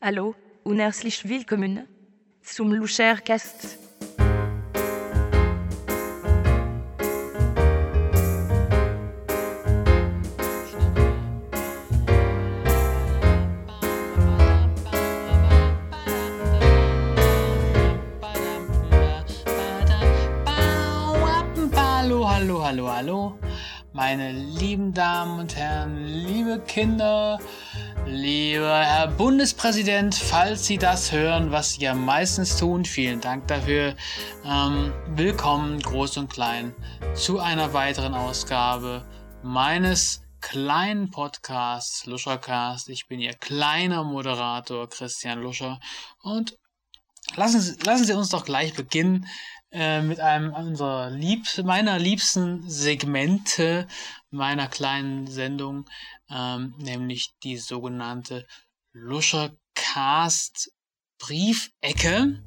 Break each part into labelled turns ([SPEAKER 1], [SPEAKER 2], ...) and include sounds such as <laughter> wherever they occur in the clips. [SPEAKER 1] Hallo, unerzlich willkommen zum Lucher Cast.
[SPEAKER 2] Hallo, hallo, hallo, hallo. Meine lieben Damen und Herren, liebe Kinder, lieber Herr Bundespräsident, falls Sie das hören, was Sie ja meistens tun, vielen Dank dafür. Ähm, willkommen, groß und klein, zu einer weiteren Ausgabe meines kleinen Podcasts Luschercast. Ich bin Ihr kleiner Moderator Christian Luscher und lassen Sie, lassen Sie uns doch gleich beginnen äh, mit einem unserer lieb meiner liebsten Segmente meiner kleinen Sendung, ähm, nämlich die sogenannte Luschercast Briefecke.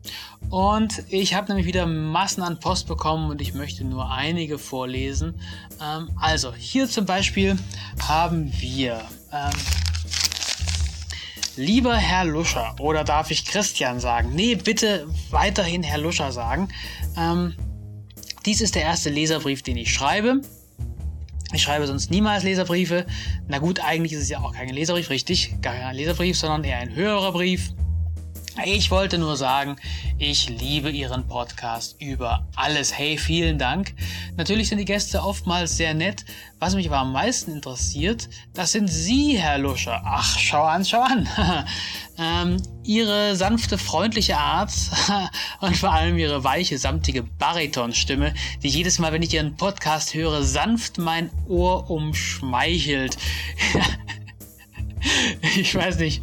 [SPEAKER 2] Und ich habe nämlich wieder Massen an Post bekommen und ich möchte nur einige vorlesen. Ähm, also, hier zum Beispiel haben wir. Ähm, Lieber Herr Luscher, oder darf ich Christian sagen? Nee, bitte weiterhin Herr Luscher sagen. Ähm, dies ist der erste Leserbrief, den ich schreibe. Ich schreibe sonst niemals Leserbriefe. Na gut, eigentlich ist es ja auch kein Leserbrief, richtig? Gar kein Leserbrief, sondern eher ein höherer Brief. Ich wollte nur sagen, ich liebe Ihren Podcast über alles. Hey, vielen Dank. Natürlich sind die Gäste oftmals sehr nett. Was mich aber am meisten interessiert, das sind Sie, Herr Luscher. Ach, schau an, schau an. <laughs> ähm, Ihre sanfte, freundliche Art <laughs> und vor allem Ihre weiche, samtige Baritonstimme, die jedes Mal, wenn ich Ihren Podcast höre, sanft mein Ohr umschmeichelt. <laughs> ich weiß nicht,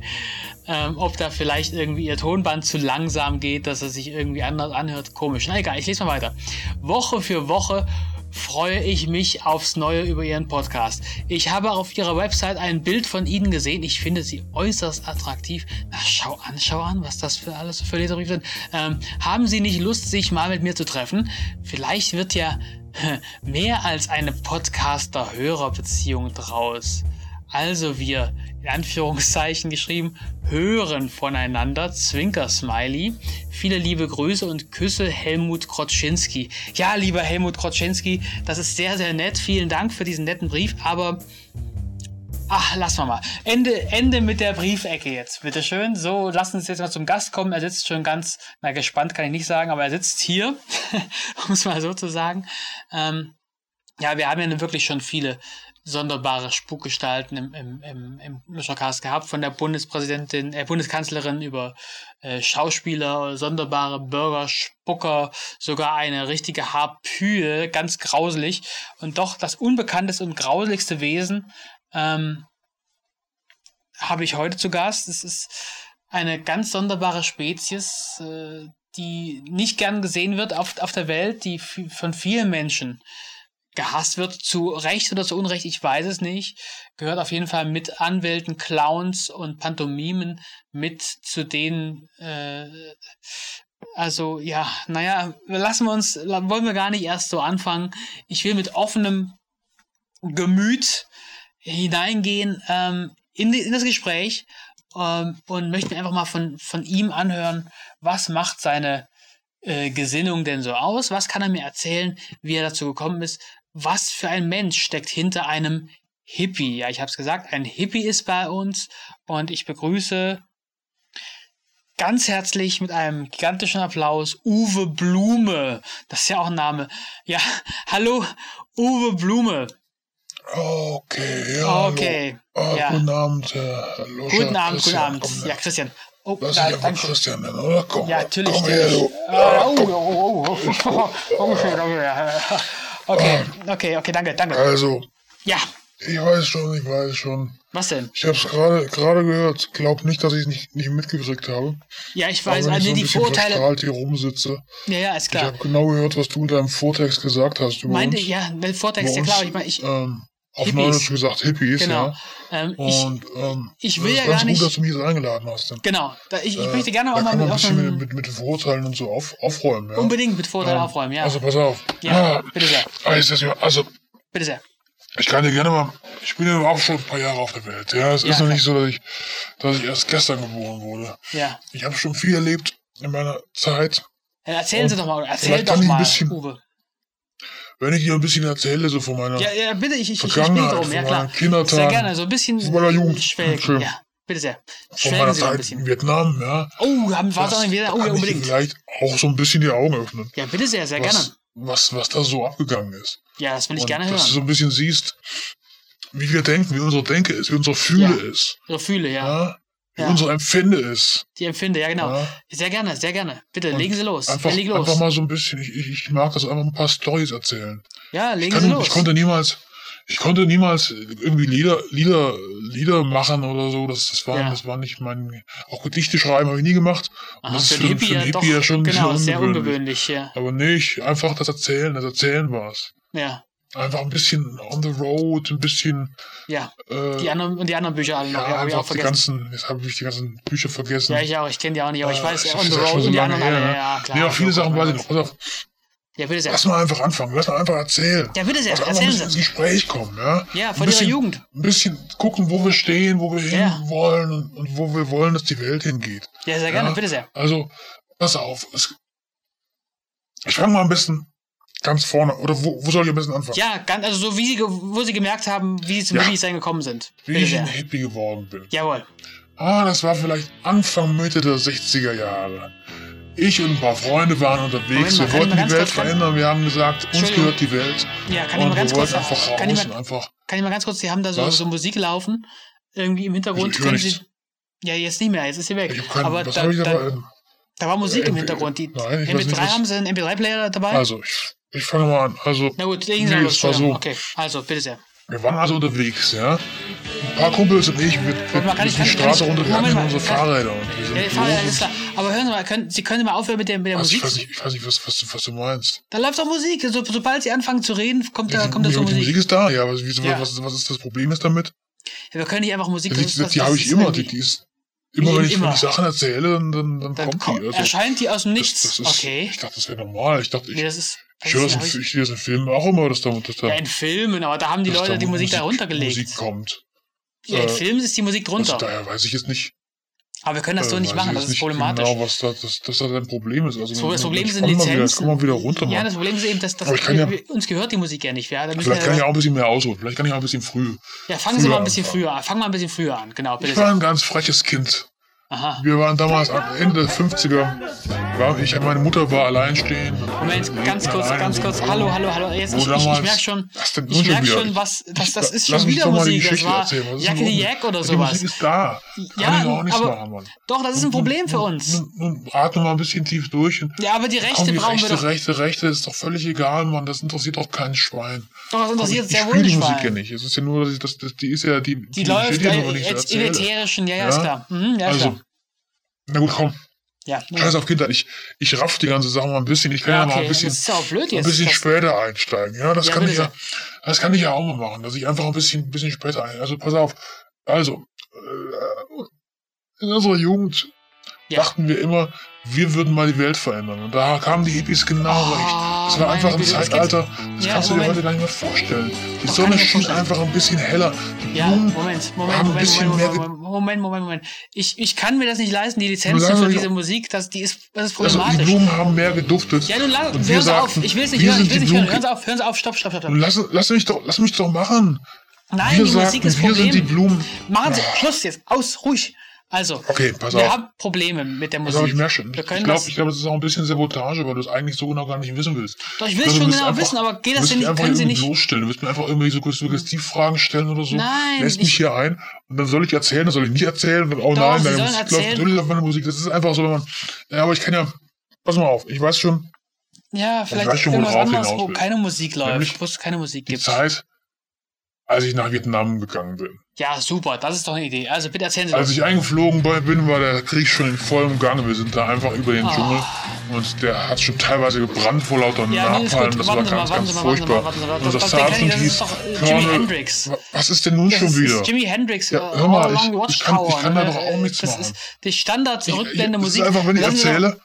[SPEAKER 2] ähm, ob da vielleicht irgendwie ihr Tonband zu langsam geht, dass es sich irgendwie anders anhört. Komisch. Na egal, ich lese mal weiter. Woche für Woche freue ich mich aufs Neue über Ihren Podcast. Ich habe auf Ihrer Website ein Bild von Ihnen gesehen. Ich finde Sie äußerst attraktiv. Na, schau an, schau an, was das für alles für Leserbriefe sind. Ähm, haben Sie nicht Lust, sich mal mit mir zu treffen? Vielleicht wird ja <laughs> mehr als eine Podcaster-Hörer-Beziehung draus. Also wir, in Anführungszeichen geschrieben, hören voneinander, Zwinker-Smiley. Viele liebe Grüße und Küsse, Helmut Kroczynski. Ja, lieber Helmut Kroczynski, das ist sehr, sehr nett. Vielen Dank für diesen netten Brief, aber... Ach, lassen wir mal. Ende, Ende mit der Briefecke jetzt. Bitteschön. So, lass uns jetzt mal zum Gast kommen. Er sitzt schon ganz, na gespannt kann ich nicht sagen, aber er sitzt hier, <laughs> um es mal so zu sagen. Ähm, ja, wir haben ja nun wirklich schon viele sonderbare Spukgestalten im, im, im, im Luschercast gehabt, von der Bundespräsidentin, äh, Bundeskanzlerin über äh, Schauspieler, sonderbare Bürger, Spucker, sogar eine richtige Harpyie, ganz grauselig. Und doch das unbekannteste und grauseligste Wesen ähm, habe ich heute zu Gast. Es ist eine ganz sonderbare Spezies, äh, die nicht gern gesehen wird auf, auf der Welt, die von vielen Menschen gehasst wird, zu Recht oder zu Unrecht, ich weiß es nicht, gehört auf jeden Fall mit Anwälten, Clowns und Pantomimen mit zu denen, äh, also ja, naja, lassen wir uns, wollen wir gar nicht erst so anfangen. Ich will mit offenem Gemüt hineingehen ähm, in, die, in das Gespräch ähm, und möchte mir einfach mal von, von ihm anhören, was macht seine äh, Gesinnung denn so aus? Was kann er mir erzählen, wie er dazu gekommen ist? Was für ein Mensch steckt hinter einem Hippie? Ja, ich habe es gesagt, ein Hippie ist bei uns und ich begrüße ganz herzlich mit einem gigantischen Applaus Uwe Blume. Das ist ja auch ein Name. Ja, <laughs> hallo Uwe Blume.
[SPEAKER 3] Okay, ja.
[SPEAKER 2] Okay,
[SPEAKER 3] Hallo. Ah,
[SPEAKER 2] ja.
[SPEAKER 3] Guten Abend, Herr Loscher.
[SPEAKER 2] Guten Abend, guten
[SPEAKER 3] Christian,
[SPEAKER 2] Abend.
[SPEAKER 3] Komm,
[SPEAKER 2] Ja, Christian. Oh,
[SPEAKER 3] Lass
[SPEAKER 2] da-
[SPEAKER 3] dich einfach
[SPEAKER 2] danke.
[SPEAKER 3] Christian nennen, oder? Komm,
[SPEAKER 2] Ja, natürlich.
[SPEAKER 3] komm her,
[SPEAKER 2] natürlich.
[SPEAKER 3] du.
[SPEAKER 2] Ah, oh, oh, oh, oh, oh, oh, schön, oh, ja. <laughs> Okay, okay, okay, danke, danke.
[SPEAKER 3] Also,
[SPEAKER 2] Ja,
[SPEAKER 3] ich weiß schon, ich weiß schon.
[SPEAKER 2] was denn?
[SPEAKER 3] Ich habe es gerade gerade gehört. Glaub nicht, dass ich es nicht, nicht mitgekriegt habe.
[SPEAKER 2] Ja, ich
[SPEAKER 3] Auch
[SPEAKER 2] weiß,
[SPEAKER 3] wenn ich
[SPEAKER 2] also
[SPEAKER 3] so ein
[SPEAKER 2] die
[SPEAKER 3] bisschen
[SPEAKER 2] Vorurteile.
[SPEAKER 3] verstrahlt hier rumsitze.
[SPEAKER 2] Ja, ja, ist
[SPEAKER 3] Ich
[SPEAKER 2] klar.
[SPEAKER 3] habe genau gehört, was du in deinem Vortext gesagt hast. Über
[SPEAKER 2] Meinte,
[SPEAKER 3] uns,
[SPEAKER 2] ja, mit
[SPEAKER 3] über
[SPEAKER 2] Vortex, ja
[SPEAKER 3] uns,
[SPEAKER 2] klar, ich meine, ich,
[SPEAKER 3] ähm, auf
[SPEAKER 2] Hippies.
[SPEAKER 3] Neudeutsch gesagt Hippies,
[SPEAKER 2] genau.
[SPEAKER 3] ja.
[SPEAKER 2] Ähm, ich,
[SPEAKER 3] Und ähm,
[SPEAKER 2] ich will
[SPEAKER 3] das
[SPEAKER 2] ja
[SPEAKER 3] ist
[SPEAKER 2] gar
[SPEAKER 3] ganz
[SPEAKER 2] nicht-
[SPEAKER 3] gut, dass du mich jetzt eingeladen hast. Denn,
[SPEAKER 2] genau, da, ich, ich
[SPEAKER 3] äh,
[SPEAKER 2] möchte gerne
[SPEAKER 3] da
[SPEAKER 2] auch mal
[SPEAKER 3] kann
[SPEAKER 2] mit,
[SPEAKER 3] man ein
[SPEAKER 2] auch
[SPEAKER 3] bisschen
[SPEAKER 2] mal-
[SPEAKER 3] mit, mit, mit Vorurteilen und so auf, aufräumen. Ja?
[SPEAKER 2] unbedingt mit Vorteilen
[SPEAKER 3] Ähm,
[SPEAKER 2] aufräumen, ja.
[SPEAKER 3] Also pass auf.
[SPEAKER 2] ja,
[SPEAKER 3] Ah,
[SPEAKER 2] bitte sehr,
[SPEAKER 3] ah, ist das ja, also
[SPEAKER 2] bitte sehr.
[SPEAKER 3] Ich kann dir gerne mal. Ich bin ja auch schon ein paar Jahre auf der Welt. Ja, es
[SPEAKER 2] Ja,
[SPEAKER 3] ist noch
[SPEAKER 2] klar.
[SPEAKER 3] nicht so, dass ich, dass ich erst gestern geboren wurde.
[SPEAKER 2] Ja.
[SPEAKER 3] Ich habe schon viel erlebt in meiner Zeit.
[SPEAKER 2] Dann erzählen Sie doch mal, erzähl
[SPEAKER 3] vielleicht kann
[SPEAKER 2] doch
[SPEAKER 3] ich ein
[SPEAKER 2] mal,
[SPEAKER 3] bisschen-
[SPEAKER 2] Uwe.
[SPEAKER 3] Wenn ich dir ein bisschen erzähle, so von meiner,
[SPEAKER 2] Ja, ja, bitte, ich, ich, ich bin
[SPEAKER 3] Vergangenheit,
[SPEAKER 2] drum, ja
[SPEAKER 3] von
[SPEAKER 2] klar.
[SPEAKER 3] meinen Kindertagen,
[SPEAKER 2] Sehr gerne, so ein bisschen
[SPEAKER 3] von meiner Jugend.
[SPEAKER 2] schwelgen.
[SPEAKER 3] Schön.
[SPEAKER 2] Ja, bitte sehr.
[SPEAKER 3] von
[SPEAKER 2] Schwelgen
[SPEAKER 3] meiner
[SPEAKER 2] Sie doch ein
[SPEAKER 3] Zeit in
[SPEAKER 2] bisschen.
[SPEAKER 3] Vietnam, ja.
[SPEAKER 2] Oh, haben wir
[SPEAKER 3] Das
[SPEAKER 2] auch wieder. Oh,
[SPEAKER 3] kann
[SPEAKER 2] ja,
[SPEAKER 3] ich
[SPEAKER 2] unbedingt.
[SPEAKER 3] Vielleicht auch so ein bisschen die Augen öffnen.
[SPEAKER 2] Ja, bitte sehr, sehr gerne.
[SPEAKER 3] Was, was, was da so abgegangen ist.
[SPEAKER 2] Ja, das will ich
[SPEAKER 3] Und
[SPEAKER 2] gerne
[SPEAKER 3] dass du
[SPEAKER 2] hören.
[SPEAKER 3] so ein bisschen siehst, wie wir denken, wie unsere Denke ist, wie unsere Fühle ist,
[SPEAKER 2] Ihre Gefühle, ja.
[SPEAKER 3] ja? wie
[SPEAKER 2] Ja.
[SPEAKER 3] unser Empfinde ist.
[SPEAKER 2] Die Empfinde, ja, genau.
[SPEAKER 3] Ja?
[SPEAKER 2] Sehr gerne, sehr gerne. Bitte,
[SPEAKER 3] Und
[SPEAKER 2] legen Sie los.
[SPEAKER 3] Einfach,
[SPEAKER 2] Ja, leg los.
[SPEAKER 3] einfach mal so ein bisschen, ich, ich, ich mag das einfach ein paar Stories erzählen.
[SPEAKER 2] ja,
[SPEAKER 3] Ich,
[SPEAKER 2] legen Sie
[SPEAKER 3] kann,
[SPEAKER 2] los.
[SPEAKER 3] ich konnte niemals, ich konnte niemals irgendwie Lieder, Lieder, Lieder machen oder so. Das, das war,
[SPEAKER 2] Ja.
[SPEAKER 3] das war nicht mein, auch Gedichte schreiben habe ich nie gemacht. Und
[SPEAKER 2] Aha,
[SPEAKER 3] das
[SPEAKER 2] für den Hippie,
[SPEAKER 3] einen
[SPEAKER 2] ja, doch, genau, sehr ungewöhnlich, ja.
[SPEAKER 3] Aber nicht, einfach das Erzählen, das Erzählen war es.
[SPEAKER 2] Ja,
[SPEAKER 3] Einfach ein bisschen on the road, ein bisschen,
[SPEAKER 2] ja.
[SPEAKER 3] äh,
[SPEAKER 2] Die anderen, und die anderen Bücher alle noch, ja, habe ich
[SPEAKER 3] einfach
[SPEAKER 2] auch
[SPEAKER 3] die
[SPEAKER 2] vergessen.
[SPEAKER 3] ganzen, jetzt habe ich die ganzen Bücher vergessen.
[SPEAKER 2] Ja, ich auch, ich kenne die auch nicht, aber ich
[SPEAKER 3] Äh,
[SPEAKER 2] weiß,
[SPEAKER 3] das
[SPEAKER 2] On the
[SPEAKER 3] ist ja schon
[SPEAKER 2] Road
[SPEAKER 3] so
[SPEAKER 2] und die
[SPEAKER 3] lange
[SPEAKER 2] anderen
[SPEAKER 3] her,
[SPEAKER 2] alle,
[SPEAKER 3] ne?
[SPEAKER 2] ja, klar.
[SPEAKER 3] nee, auch viele
[SPEAKER 2] Ja,
[SPEAKER 3] Sachen
[SPEAKER 2] gut,
[SPEAKER 3] weiß ich noch. Pass auf,
[SPEAKER 2] Ja, bitte sehr.
[SPEAKER 3] lass mal einfach anfangen, lass mal einfach erzählen.
[SPEAKER 2] Ja, bitte sehr,
[SPEAKER 3] Lass einfach ein
[SPEAKER 2] erzählen
[SPEAKER 3] bisschen
[SPEAKER 2] Sie.
[SPEAKER 3] ins Gespräch kommen, ja?
[SPEAKER 2] Ja,
[SPEAKER 3] Ein
[SPEAKER 2] von Ihrer
[SPEAKER 3] bisschen-
[SPEAKER 2] Jugend.
[SPEAKER 3] Ein bisschen gucken, wo wir stehen, wo wir hin
[SPEAKER 2] Ja.
[SPEAKER 3] wollen und, und wo wir wollen, dass die Welt hingeht.
[SPEAKER 2] Ja, sehr gerne,
[SPEAKER 3] Ja.
[SPEAKER 2] bitte sehr.
[SPEAKER 3] Also, pass auf. Es, ich fange mal am besten ganz vorne, oder wo, wo soll ich am besten anfangen?
[SPEAKER 2] Ja, ganz, also so wie sie, ge- wo sie gemerkt haben, wie sie zum
[SPEAKER 3] Ja.
[SPEAKER 2] Hippie-Sein gekommen sind.
[SPEAKER 3] Wie
[SPEAKER 2] Bitte
[SPEAKER 3] ich ein
[SPEAKER 2] sehr.
[SPEAKER 3] Hippie geworden bin.
[SPEAKER 2] Jawohl.
[SPEAKER 3] Ah, das war vielleicht Anfang Mitte der 60er Jahre. Ich und ein paar Freunde waren
[SPEAKER 2] Moment
[SPEAKER 3] unterwegs.
[SPEAKER 2] mal,
[SPEAKER 3] wir
[SPEAKER 2] kann ich
[SPEAKER 3] wollten
[SPEAKER 2] mal
[SPEAKER 3] die
[SPEAKER 2] ganz
[SPEAKER 3] Welt
[SPEAKER 2] kurz- kann-
[SPEAKER 3] verändern. Wir haben gesagt, uns
[SPEAKER 2] Entschuldigung.
[SPEAKER 3] gehört die Welt.
[SPEAKER 2] Ja, kann ich
[SPEAKER 3] und
[SPEAKER 2] mal ganz
[SPEAKER 3] wir wollten
[SPEAKER 2] kurz.
[SPEAKER 3] einfach raus
[SPEAKER 2] Kann ich
[SPEAKER 3] und
[SPEAKER 2] mal,
[SPEAKER 3] einfach.
[SPEAKER 2] kann ich mal ganz kurz, die haben da so,
[SPEAKER 3] Was? Also
[SPEAKER 2] so Musik laufen. Irgendwie im Hintergrund
[SPEAKER 3] Ich höre
[SPEAKER 2] können
[SPEAKER 3] nichts.
[SPEAKER 2] sie. Ja, jetzt nicht mehr, jetzt ist sie weg.
[SPEAKER 3] Ich hab keinen,
[SPEAKER 2] Aber
[SPEAKER 3] was
[SPEAKER 2] da,
[SPEAKER 3] hab ich
[SPEAKER 2] da,
[SPEAKER 3] da,
[SPEAKER 2] da war Musik im
[SPEAKER 3] MP-
[SPEAKER 2] Hintergrund. Die
[SPEAKER 3] Nein, ich weiß
[SPEAKER 2] MP3
[SPEAKER 3] nicht, was-
[SPEAKER 2] haben sie einen MP3-Player dabei?
[SPEAKER 3] Also, ich, ich fange mal an. Also,
[SPEAKER 2] Na gut, legen Sie
[SPEAKER 3] Nee,
[SPEAKER 2] mal los.
[SPEAKER 3] es war so.
[SPEAKER 2] Entschuldigung. Okay, also, bitte sehr.
[SPEAKER 3] wir waren also unterwegs, ja. Ein paar Kumpels und ich, wir, wir,
[SPEAKER 2] Warte mal, kann
[SPEAKER 3] wir
[SPEAKER 2] ich-
[SPEAKER 3] sind
[SPEAKER 2] kann
[SPEAKER 3] die
[SPEAKER 2] ich-
[SPEAKER 3] Straße
[SPEAKER 2] kann ich-
[SPEAKER 3] runtergegangen
[SPEAKER 2] Moment
[SPEAKER 3] mit
[SPEAKER 2] mal,
[SPEAKER 3] unsere
[SPEAKER 2] kann-
[SPEAKER 3] Fahrräder. Und wir sind
[SPEAKER 2] Ja, die Frage,
[SPEAKER 3] los.
[SPEAKER 2] alles klar. Aber hören Sie mal, können, Sie können mal aufhören mit der, mit der
[SPEAKER 3] also, ich
[SPEAKER 2] Musik.
[SPEAKER 3] weiß nicht, ich weiß nicht, was, was, was du meinst.
[SPEAKER 2] Da läuft doch Musik. So, sobald Sie anfangen zu reden, kommt da,
[SPEAKER 3] die,
[SPEAKER 2] kommt da
[SPEAKER 3] die,
[SPEAKER 2] so
[SPEAKER 3] die Musik
[SPEAKER 2] Musik.
[SPEAKER 3] ist da, ja, aber wieso,
[SPEAKER 2] Ja.
[SPEAKER 3] Was, was ist das Problem jetzt damit?
[SPEAKER 2] Ja, wir können nicht einfach Musik.
[SPEAKER 3] Also Die,
[SPEAKER 2] das-
[SPEAKER 3] die,
[SPEAKER 2] das-
[SPEAKER 3] die
[SPEAKER 2] das
[SPEAKER 3] habe ich
[SPEAKER 2] ist
[SPEAKER 3] immer,
[SPEAKER 2] irgendwie-
[SPEAKER 3] die, die ist immer,
[SPEAKER 2] Wie
[SPEAKER 3] wenn ich,
[SPEAKER 2] immer.
[SPEAKER 3] wenn ich Sachen erzähle, dann, dann, dann,
[SPEAKER 2] Dann
[SPEAKER 3] kommt
[SPEAKER 2] kommt,
[SPEAKER 3] die. Also,
[SPEAKER 2] erscheint die aus dem Nichts.
[SPEAKER 3] Das, das ist,
[SPEAKER 2] okay.
[SPEAKER 3] Ich dachte, das wäre normal. Ich dachte, ich,
[SPEAKER 2] Nee, das ist.
[SPEAKER 3] ich höre das,
[SPEAKER 2] hab ich-
[SPEAKER 3] in- ich lese in Filmen auch immer, dass da, dass da,
[SPEAKER 2] ja, in Filmen, aber da haben die
[SPEAKER 3] dass
[SPEAKER 2] Leute
[SPEAKER 3] da
[SPEAKER 2] die Musik, da
[SPEAKER 3] Musik
[SPEAKER 2] runtergelegt.
[SPEAKER 3] kommt.
[SPEAKER 2] ja, in
[SPEAKER 3] äh,
[SPEAKER 2] Filmen ist die Musik drunter.
[SPEAKER 3] Also daher weiß ich jetzt nicht.
[SPEAKER 2] aber wir können das so
[SPEAKER 3] äh,
[SPEAKER 2] nicht
[SPEAKER 3] weiß
[SPEAKER 2] machen,
[SPEAKER 3] ich
[SPEAKER 2] das
[SPEAKER 3] jetzt
[SPEAKER 2] ist
[SPEAKER 3] nicht
[SPEAKER 2] problematisch.
[SPEAKER 3] Genau, was da, das, das da dein Problem ist. Also,
[SPEAKER 2] So, das Problem
[SPEAKER 3] jetzt
[SPEAKER 2] sind
[SPEAKER 3] komm mal wieder-
[SPEAKER 2] Lizenzen.
[SPEAKER 3] Komm mal wieder runter,
[SPEAKER 2] ja,
[SPEAKER 3] Mann.
[SPEAKER 2] das Problem ist eben, dass, dass
[SPEAKER 3] Aber ich kann
[SPEAKER 2] wir-
[SPEAKER 3] ja-
[SPEAKER 2] wir- uns gehört die Musik ja nicht. Ja, da müssen
[SPEAKER 3] Vielleicht kann
[SPEAKER 2] wir,
[SPEAKER 3] ich
[SPEAKER 2] ja,
[SPEAKER 3] auch ein bisschen mehr ausholen. Vielleicht kann ich auch ein bisschen früh.
[SPEAKER 2] ja, fangen Sie mal ein
[SPEAKER 3] früher
[SPEAKER 2] bisschen
[SPEAKER 3] anfangen.
[SPEAKER 2] früher an. Fangen mal ein bisschen früher an, genau, bitte.
[SPEAKER 3] Ich war ein ganz freches Kind.
[SPEAKER 2] Aha.
[SPEAKER 3] Wir waren damals am Ende der 50er. War ich, meine Mutter war alleinstehend.
[SPEAKER 2] Moment,
[SPEAKER 3] Wir
[SPEAKER 2] ganz
[SPEAKER 3] lebten
[SPEAKER 2] kurz,
[SPEAKER 3] allein
[SPEAKER 2] ganz
[SPEAKER 3] in
[SPEAKER 2] kurz.
[SPEAKER 3] einem
[SPEAKER 2] Hallo,
[SPEAKER 3] Raum.
[SPEAKER 2] hallo, hallo. Jetzt,
[SPEAKER 3] Wo
[SPEAKER 2] ich, ich, ich
[SPEAKER 3] damals-
[SPEAKER 2] merke schon,
[SPEAKER 3] Was denn nun
[SPEAKER 2] ich
[SPEAKER 3] schon
[SPEAKER 2] merke
[SPEAKER 3] wieder?
[SPEAKER 2] schon, was, das, das ist
[SPEAKER 3] Lass
[SPEAKER 2] schon
[SPEAKER 3] mich
[SPEAKER 2] wieder
[SPEAKER 3] doch mal die
[SPEAKER 2] Musik. Das
[SPEAKER 3] Geschichte
[SPEAKER 2] war
[SPEAKER 3] erzählen. Was ist
[SPEAKER 2] Jacke
[SPEAKER 3] denn
[SPEAKER 2] die
[SPEAKER 3] los?
[SPEAKER 2] Jack oder
[SPEAKER 3] Die Musik
[SPEAKER 2] sowas.
[SPEAKER 3] ist da. Kann
[SPEAKER 2] Ja,
[SPEAKER 3] ich doch auch nichts
[SPEAKER 2] aber-
[SPEAKER 3] machen, Mann.
[SPEAKER 2] Doch, das ist ein Problem für uns.
[SPEAKER 3] Nun, nun atme mal ein bisschen tief durch. Und
[SPEAKER 2] Ja, aber die
[SPEAKER 3] komm,
[SPEAKER 2] Rechte
[SPEAKER 3] die
[SPEAKER 2] brauchen wir
[SPEAKER 3] Rechte,
[SPEAKER 2] doch.
[SPEAKER 3] Rechte, Rechte ist doch völlig egal, Mann. Das interessiert doch kein Schwein.
[SPEAKER 2] Doch, das interessiert
[SPEAKER 3] ich ich
[SPEAKER 2] sehr wohl
[SPEAKER 3] spiele die
[SPEAKER 2] nicht
[SPEAKER 3] Musik
[SPEAKER 2] mal.
[SPEAKER 3] ja nicht. Es ist ja nur, dass ich, das, das, die ist ja, die,
[SPEAKER 2] Die läuft
[SPEAKER 3] steht ja nur,
[SPEAKER 2] äh,
[SPEAKER 3] wenn ich sie
[SPEAKER 2] jetzt in
[SPEAKER 3] erzähle.
[SPEAKER 2] ätherischen, ja, ja,
[SPEAKER 3] Ja?
[SPEAKER 2] ist klar. Mhm, ja, ist
[SPEAKER 3] Also,
[SPEAKER 2] klar.
[SPEAKER 3] na gut, komm.
[SPEAKER 2] Ja, ja.
[SPEAKER 3] Scheiß auf Kindheit. Ich, ich raff die ganze Sache mal ein bisschen. Ich kann ja,
[SPEAKER 2] ja,
[SPEAKER 3] mal
[SPEAKER 2] okay.
[SPEAKER 3] ein bisschen,
[SPEAKER 2] das ist ja auch blöd
[SPEAKER 3] ein
[SPEAKER 2] jetzt.
[SPEAKER 3] bisschen
[SPEAKER 2] Das-
[SPEAKER 3] später einsteigen. Ja, das
[SPEAKER 2] Ja,
[SPEAKER 3] kann
[SPEAKER 2] bitte
[SPEAKER 3] ich ja, das kann ich ja auch mal machen, dass ich einfach ein bisschen, ein bisschen später ein. Also pass auf. Also äh, in unserer Jugend
[SPEAKER 2] Ja.
[SPEAKER 3] dachten wir immer, wir würden mal die Welt verändern. Und da kamen die Hippies genau
[SPEAKER 2] Ah,
[SPEAKER 3] recht. Das war
[SPEAKER 2] meine
[SPEAKER 3] einfach ein
[SPEAKER 2] Güte, das
[SPEAKER 3] Zeitalter, das
[SPEAKER 2] Ja,
[SPEAKER 3] kannst du dir
[SPEAKER 2] Moment.
[SPEAKER 3] heute gar nicht mehr vorstellen. Die
[SPEAKER 2] Doch, kann
[SPEAKER 3] Sonne
[SPEAKER 2] ich mir
[SPEAKER 3] schien
[SPEAKER 2] vorstellen.
[SPEAKER 3] einfach ein bisschen heller. Die
[SPEAKER 2] Ja,
[SPEAKER 3] Blumen
[SPEAKER 2] Moment, Moment,
[SPEAKER 3] haben ein
[SPEAKER 2] Moment,
[SPEAKER 3] bisschen
[SPEAKER 2] Moment,
[SPEAKER 3] mehr
[SPEAKER 2] Moment, Moment, Moment, Moment, Moment. Ich, ich kann mir das nicht leisten, die Lizenzen
[SPEAKER 3] Lass
[SPEAKER 2] für
[SPEAKER 3] mich-
[SPEAKER 2] diese Musik, das, die ist, das ist
[SPEAKER 3] also die
[SPEAKER 2] problematisch.
[SPEAKER 3] Blumen haben mehr geduftet.
[SPEAKER 2] ja, nun lass,
[SPEAKER 3] Und
[SPEAKER 2] hören
[SPEAKER 3] wir
[SPEAKER 2] Sie auf,
[SPEAKER 3] sagten,
[SPEAKER 2] ich will es nicht
[SPEAKER 3] wir
[SPEAKER 2] hören, ich
[SPEAKER 3] sind
[SPEAKER 2] will es
[SPEAKER 3] die
[SPEAKER 2] nicht hören,
[SPEAKER 3] Blumen-
[SPEAKER 2] hören Sie auf, hören Sie auf, stopp, stopp, stopp. stopp.
[SPEAKER 3] Und lass, lass mich doch, lass mich doch machen.
[SPEAKER 2] Nein,
[SPEAKER 3] wir
[SPEAKER 2] die
[SPEAKER 3] sagten,
[SPEAKER 2] Musik ist
[SPEAKER 3] wir sind die
[SPEAKER 2] Problem.
[SPEAKER 3] Blumen.
[SPEAKER 2] Machen Sie, Schluss jetzt, aus, ruhig. Also,
[SPEAKER 3] Okay, pass
[SPEAKER 2] wir
[SPEAKER 3] auf.
[SPEAKER 2] haben Probleme mit der
[SPEAKER 3] Das habe
[SPEAKER 2] Musik.
[SPEAKER 3] ich mehr schon.
[SPEAKER 2] Wir
[SPEAKER 3] Ich
[SPEAKER 2] können
[SPEAKER 3] glaube,
[SPEAKER 2] das,
[SPEAKER 3] ich glaub, das ist auch ein bisschen Sabotage, weil du es eigentlich so genau gar nicht wissen willst.
[SPEAKER 2] Doch, ich will es
[SPEAKER 3] Also, du
[SPEAKER 2] schon
[SPEAKER 3] willst
[SPEAKER 2] genau
[SPEAKER 3] einfach-
[SPEAKER 2] wissen, aber geht
[SPEAKER 3] du
[SPEAKER 2] das
[SPEAKER 3] willst
[SPEAKER 2] denn
[SPEAKER 3] mich
[SPEAKER 2] nicht?
[SPEAKER 3] einfach
[SPEAKER 2] Können Sie
[SPEAKER 3] irgendwie
[SPEAKER 2] nicht?
[SPEAKER 3] bloßstellen. Du willst mir einfach irgendwelche sugge- Suggestivfragen stellen oder so.
[SPEAKER 2] Nein,
[SPEAKER 3] Lässt mich
[SPEAKER 2] ich-
[SPEAKER 3] hier ein und dann soll ich erzählen, dann soll ich nicht erzählen. Und dann, oh
[SPEAKER 2] Doch,
[SPEAKER 3] nein,
[SPEAKER 2] Sie
[SPEAKER 3] deine
[SPEAKER 2] sollen
[SPEAKER 3] Musik läuft
[SPEAKER 2] erzählen.
[SPEAKER 3] natürlich auf meine Musik. Das ist einfach so, wenn man. Ja, aber ich kann ja. Pass mal auf, ich weiß schon,
[SPEAKER 2] Ja, vielleicht
[SPEAKER 3] weiß schon,
[SPEAKER 2] irgendwas
[SPEAKER 3] worauf ich
[SPEAKER 2] anderes,
[SPEAKER 3] hinaus
[SPEAKER 2] wo
[SPEAKER 3] will.
[SPEAKER 2] keine Musik läuft,
[SPEAKER 3] Nämlich
[SPEAKER 2] wo es keine Musik
[SPEAKER 3] die
[SPEAKER 2] gibt.
[SPEAKER 3] Zeit, als ich nach Vietnam gegangen bin.
[SPEAKER 2] Ja, super, das ist doch eine Idee. Also bitte erzählen Sie
[SPEAKER 3] Als
[SPEAKER 2] doch.
[SPEAKER 3] ich eingeflogen bin, war der Krieg schon in vollem Gange. Wir sind da einfach über
[SPEAKER 2] Ah.
[SPEAKER 3] den Dschungel und der hat schon teilweise gebrannt vor lauter
[SPEAKER 2] Ja, nee, ist
[SPEAKER 3] Napalm.
[SPEAKER 2] gut.
[SPEAKER 3] Das war
[SPEAKER 2] Warten Sie mal, warten
[SPEAKER 3] ganz, ganz
[SPEAKER 2] Sie mal, warten Sie mal,
[SPEAKER 3] furchtbar.
[SPEAKER 2] warten Sie mal.
[SPEAKER 3] Unser
[SPEAKER 2] Das- das- den kenn
[SPEAKER 3] Sergeant
[SPEAKER 2] ich, das ist
[SPEAKER 3] hieß
[SPEAKER 2] doch, äh, Jimi
[SPEAKER 3] Colonel.
[SPEAKER 2] Hendrix.
[SPEAKER 3] Was ist denn nun
[SPEAKER 2] Das
[SPEAKER 3] schon
[SPEAKER 2] ist,
[SPEAKER 3] wieder?
[SPEAKER 2] ist Jimi Hendrix,
[SPEAKER 3] Ja,
[SPEAKER 2] äh,
[SPEAKER 3] hör mal,
[SPEAKER 2] All Along the
[SPEAKER 3] ich- ich kann-
[SPEAKER 2] Watchtower.
[SPEAKER 3] ich kann da
[SPEAKER 2] ne?
[SPEAKER 3] doch auch
[SPEAKER 2] Äh,
[SPEAKER 3] nichts
[SPEAKER 2] das
[SPEAKER 3] machen.
[SPEAKER 2] ist die Standard
[SPEAKER 3] Ich-
[SPEAKER 2] rückblende
[SPEAKER 3] das
[SPEAKER 2] Musik.
[SPEAKER 3] Ist einfach, wenn ich
[SPEAKER 2] Lassen Sie doch-
[SPEAKER 3] erzähle,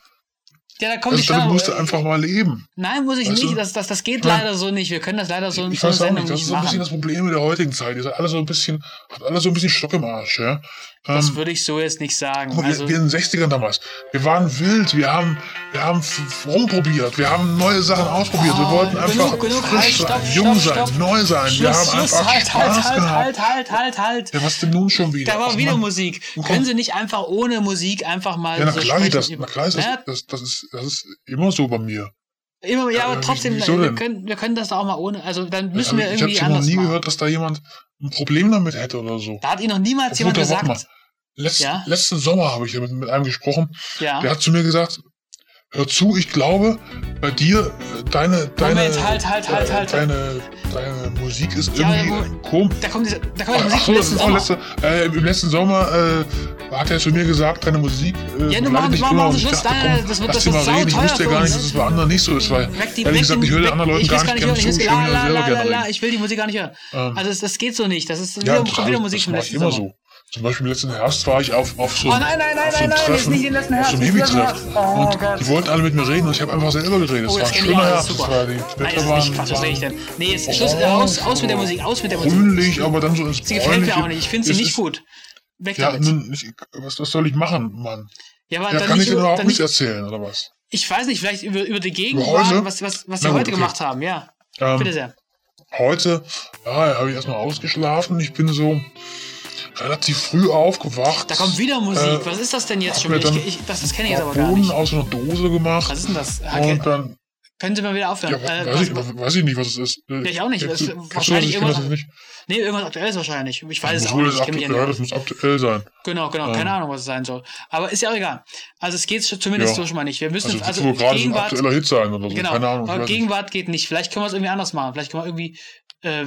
[SPEAKER 2] Ja, da kommt
[SPEAKER 3] Also
[SPEAKER 2] die
[SPEAKER 3] damit
[SPEAKER 2] Schlange.
[SPEAKER 3] musst du einfach mal leben.
[SPEAKER 2] Nein, muss ich
[SPEAKER 3] Weißt
[SPEAKER 2] nicht.
[SPEAKER 3] du?
[SPEAKER 2] Das, das, das geht
[SPEAKER 3] Ja.
[SPEAKER 2] leider so nicht. Wir können das leider so
[SPEAKER 3] ich
[SPEAKER 2] in
[SPEAKER 3] weiß auch
[SPEAKER 2] Sendung
[SPEAKER 3] nicht, das ist
[SPEAKER 2] nicht
[SPEAKER 3] so ein
[SPEAKER 2] machen.
[SPEAKER 3] bisschen das Problem mit der heutigen Zeit. Ihr seid alle so ein bisschen, habt alle so ein bisschen Stock im Arsch, ja. Ähm,
[SPEAKER 2] Das würde ich so jetzt nicht sagen.
[SPEAKER 3] Guck mal,
[SPEAKER 2] Also,
[SPEAKER 3] wir, wir in den 60ern damals, wir waren wild, wir haben, wir haben f- rumprobiert, wir haben neue Sachen ausprobiert, wir wollten
[SPEAKER 2] Oh, genug,
[SPEAKER 3] einfach
[SPEAKER 2] genug,
[SPEAKER 3] frisch
[SPEAKER 2] halt,
[SPEAKER 3] sein,
[SPEAKER 2] stopp,
[SPEAKER 3] jung
[SPEAKER 2] stopp,
[SPEAKER 3] sein,
[SPEAKER 2] stopp.
[SPEAKER 3] neu sein, wir
[SPEAKER 2] Schluss,
[SPEAKER 3] haben
[SPEAKER 2] Schluss,
[SPEAKER 3] einfach
[SPEAKER 2] halt,
[SPEAKER 3] Spaß
[SPEAKER 2] halt, halt,
[SPEAKER 3] gehabt.
[SPEAKER 2] halt, halt, halt, halt.
[SPEAKER 3] Ja, was denn nun schon wieder?
[SPEAKER 2] Da war
[SPEAKER 3] Ach,
[SPEAKER 2] wieder
[SPEAKER 3] Mann.
[SPEAKER 2] Musik.
[SPEAKER 3] Guck mal.
[SPEAKER 2] Können Sie nicht einfach ohne Musik einfach mal
[SPEAKER 3] Ja, na
[SPEAKER 2] so
[SPEAKER 3] klar, geht
[SPEAKER 2] sprechen
[SPEAKER 3] das,
[SPEAKER 2] über-
[SPEAKER 3] na klar ist das,
[SPEAKER 2] Ja,
[SPEAKER 3] das, das, ist, das ist immer so bei mir.
[SPEAKER 2] immer, ja,
[SPEAKER 3] Ja,
[SPEAKER 2] aber
[SPEAKER 3] wie-
[SPEAKER 2] trotzdem,
[SPEAKER 3] wieso
[SPEAKER 2] wir
[SPEAKER 3] denn?
[SPEAKER 2] können, wir können das doch auch mal ohne. Also dann müssen
[SPEAKER 3] Aber
[SPEAKER 2] wir
[SPEAKER 3] ich habe
[SPEAKER 2] irgendwie
[SPEAKER 3] schon noch
[SPEAKER 2] anders
[SPEAKER 3] nie
[SPEAKER 2] machen.
[SPEAKER 3] gehört, dass da jemand ein Problem damit hätte oder so.
[SPEAKER 2] Da hat Ihnen noch niemals
[SPEAKER 3] Obwohl,
[SPEAKER 2] jemand
[SPEAKER 3] da warte
[SPEAKER 2] gesagt.
[SPEAKER 3] Letz,
[SPEAKER 2] Ja?
[SPEAKER 3] Letzten Sommer habe ich mit, mit einem gesprochen,
[SPEAKER 2] Ja.
[SPEAKER 3] der hat zu mir gesagt, hör zu, ich glaube, bei dir, äh, deine, deine,
[SPEAKER 2] halt, halt, halt,
[SPEAKER 3] äh,
[SPEAKER 2] halt.
[SPEAKER 3] deine, deine Musik ist
[SPEAKER 2] Ja,
[SPEAKER 3] irgendwie
[SPEAKER 2] Moment.
[SPEAKER 3] komisch.
[SPEAKER 2] Da kommt, diese, da kommt die Musik
[SPEAKER 3] Ach so,
[SPEAKER 2] vom letzten
[SPEAKER 3] oh,
[SPEAKER 2] Sommer.
[SPEAKER 3] letzte, äh, im letzten Sommer äh, hat er zu mir gesagt, deine Musik. Äh,
[SPEAKER 2] Ja,
[SPEAKER 3] begleitet
[SPEAKER 2] nun machen-
[SPEAKER 3] mich
[SPEAKER 2] machen-
[SPEAKER 3] immer.
[SPEAKER 2] machen
[SPEAKER 3] Und
[SPEAKER 2] Sie
[SPEAKER 3] ich
[SPEAKER 2] Schluss.
[SPEAKER 3] dachte,
[SPEAKER 2] Nein,
[SPEAKER 3] komm,
[SPEAKER 2] nein, das wird-
[SPEAKER 3] lass
[SPEAKER 2] das wird
[SPEAKER 3] die mal reden. Ich
[SPEAKER 2] sauteuer
[SPEAKER 3] wusste ja
[SPEAKER 2] für
[SPEAKER 3] gar
[SPEAKER 2] uns.
[SPEAKER 3] nicht, dass es bei anderen nicht so ist, weil
[SPEAKER 2] Weg die,
[SPEAKER 3] ehrlich
[SPEAKER 2] weg
[SPEAKER 3] gesagt,
[SPEAKER 2] den,
[SPEAKER 3] ich höre
[SPEAKER 2] weg,
[SPEAKER 3] den anderen Leuten
[SPEAKER 2] ich
[SPEAKER 3] gar
[SPEAKER 2] weiß
[SPEAKER 3] nicht
[SPEAKER 2] hören,
[SPEAKER 3] gerne
[SPEAKER 2] ich
[SPEAKER 3] zu.
[SPEAKER 2] will,
[SPEAKER 3] Ich höre
[SPEAKER 2] la,
[SPEAKER 3] mir
[SPEAKER 2] la,
[SPEAKER 3] selber
[SPEAKER 2] la, la,
[SPEAKER 3] gerne
[SPEAKER 2] la,
[SPEAKER 3] reden.
[SPEAKER 2] ich will die Musik gar nicht hören.
[SPEAKER 3] Ähm,
[SPEAKER 2] Also das, das geht so nicht. Das ist
[SPEAKER 3] Ja,
[SPEAKER 2] wieder,
[SPEAKER 3] das,
[SPEAKER 2] wieder
[SPEAKER 3] das
[SPEAKER 2] Musik vom
[SPEAKER 3] mache ich
[SPEAKER 2] letzten
[SPEAKER 3] immer
[SPEAKER 2] Sommer.
[SPEAKER 3] so. Zum Beispiel im letzten Herbst war ich auf, auf so
[SPEAKER 2] Oh nein, nein, nein,
[SPEAKER 3] auf so
[SPEAKER 2] nein, nein, jetzt
[SPEAKER 3] Treffen,
[SPEAKER 2] nicht den letzten Herbst,
[SPEAKER 3] auf so
[SPEAKER 2] nicht
[SPEAKER 3] einem
[SPEAKER 2] den letzten
[SPEAKER 3] Hippie-Treffen.
[SPEAKER 2] Herbst. Oh
[SPEAKER 3] und
[SPEAKER 2] Gott.
[SPEAKER 3] die wollten alle mit mir reden und ich habe einfach selber geredet. Es
[SPEAKER 2] Oh,
[SPEAKER 3] war
[SPEAKER 2] das
[SPEAKER 3] ein
[SPEAKER 2] kenn ich
[SPEAKER 3] schöner
[SPEAKER 2] auch, das
[SPEAKER 3] Herbst.
[SPEAKER 2] ist
[SPEAKER 3] Es
[SPEAKER 2] super.
[SPEAKER 3] war die
[SPEAKER 2] Nein, das
[SPEAKER 3] Blätter
[SPEAKER 2] ist nicht, was
[SPEAKER 3] waren
[SPEAKER 2] sehe ich denn? Nee, jetzt Schluss, äh, aus, aus mit der Musik, aus mit der Musik.
[SPEAKER 3] grünlich, aber dann so ins
[SPEAKER 2] Sie gefällt mir auch
[SPEAKER 3] Bräunliche.
[SPEAKER 2] nicht, ich finde sie
[SPEAKER 3] Es
[SPEAKER 2] nicht
[SPEAKER 3] ist-
[SPEAKER 2] gut. Weg
[SPEAKER 3] Ja,
[SPEAKER 2] damit.
[SPEAKER 3] nun, ich, was, was soll ich machen, Mann?
[SPEAKER 2] Ja, aber
[SPEAKER 3] Ja,
[SPEAKER 2] dann
[SPEAKER 3] kann
[SPEAKER 2] nicht,
[SPEAKER 3] ich dir
[SPEAKER 2] über-
[SPEAKER 3] überhaupt
[SPEAKER 2] dann nicht
[SPEAKER 3] nichts erzählen, oder was?
[SPEAKER 2] ich weiß nicht, vielleicht über, über die Gegend
[SPEAKER 3] Über Häuser?
[SPEAKER 2] waren, was, was, was sie
[SPEAKER 3] Na gut,
[SPEAKER 2] heute
[SPEAKER 3] okay.
[SPEAKER 2] gemacht haben, ja. Bitte
[SPEAKER 3] Ähm,
[SPEAKER 2] sehr.
[SPEAKER 3] heute ja, habe ich erstmal ausgeschlafen. Ich bin so relativ früh aufgewacht.
[SPEAKER 2] Da kommt wieder Musik.
[SPEAKER 3] Äh,
[SPEAKER 2] was ist das denn jetzt
[SPEAKER 3] hab
[SPEAKER 2] schon
[SPEAKER 3] mir
[SPEAKER 2] wieder?
[SPEAKER 3] dann
[SPEAKER 2] Ich, ich, das das kenne ich jetzt aber gar
[SPEAKER 3] Bohnen
[SPEAKER 2] nicht.
[SPEAKER 3] aus einer Dose gemacht.
[SPEAKER 2] Was ist denn das? Ah,
[SPEAKER 3] und
[SPEAKER 2] Okay.
[SPEAKER 3] dann,
[SPEAKER 2] Können Sie mal wieder aufhören?
[SPEAKER 3] ja,
[SPEAKER 2] Äh,
[SPEAKER 3] weiß,
[SPEAKER 2] was-
[SPEAKER 3] ich, weiß ich nicht, was es ist. Äh, Ja,
[SPEAKER 2] ich auch nicht. Das ist wahrscheinlich
[SPEAKER 3] wahrscheinlich ich kenn das
[SPEAKER 2] irgendwas-
[SPEAKER 3] jetzt nicht.
[SPEAKER 2] Nee, irgendwas Aktuelles wahrscheinlich. Ich weiß es
[SPEAKER 3] Das
[SPEAKER 2] auch
[SPEAKER 3] muss,
[SPEAKER 2] nicht.
[SPEAKER 3] wohl
[SPEAKER 2] Ich kenn mich ja
[SPEAKER 3] aktuell, ja,
[SPEAKER 2] nicht.
[SPEAKER 3] das muss aktuell sein.
[SPEAKER 2] Genau, genau. Keine Ahnung, was es sein soll. Aber ist ja auch egal. Also es geht zumindest
[SPEAKER 3] Ja.
[SPEAKER 2] so schon mal nicht. Wir
[SPEAKER 3] Also,
[SPEAKER 2] müssen,
[SPEAKER 3] das
[SPEAKER 2] also,
[SPEAKER 3] muss wohl gerade so ein
[SPEAKER 2] Gegenwart,
[SPEAKER 3] aktueller Hit sein oder so.
[SPEAKER 2] genau,
[SPEAKER 3] Keine Ahnung. ich
[SPEAKER 2] aber
[SPEAKER 3] weiß nicht.
[SPEAKER 2] Gegenwart geht nicht. Vielleicht können wir es irgendwie anders machen. Vielleicht können wir irgendwie äh,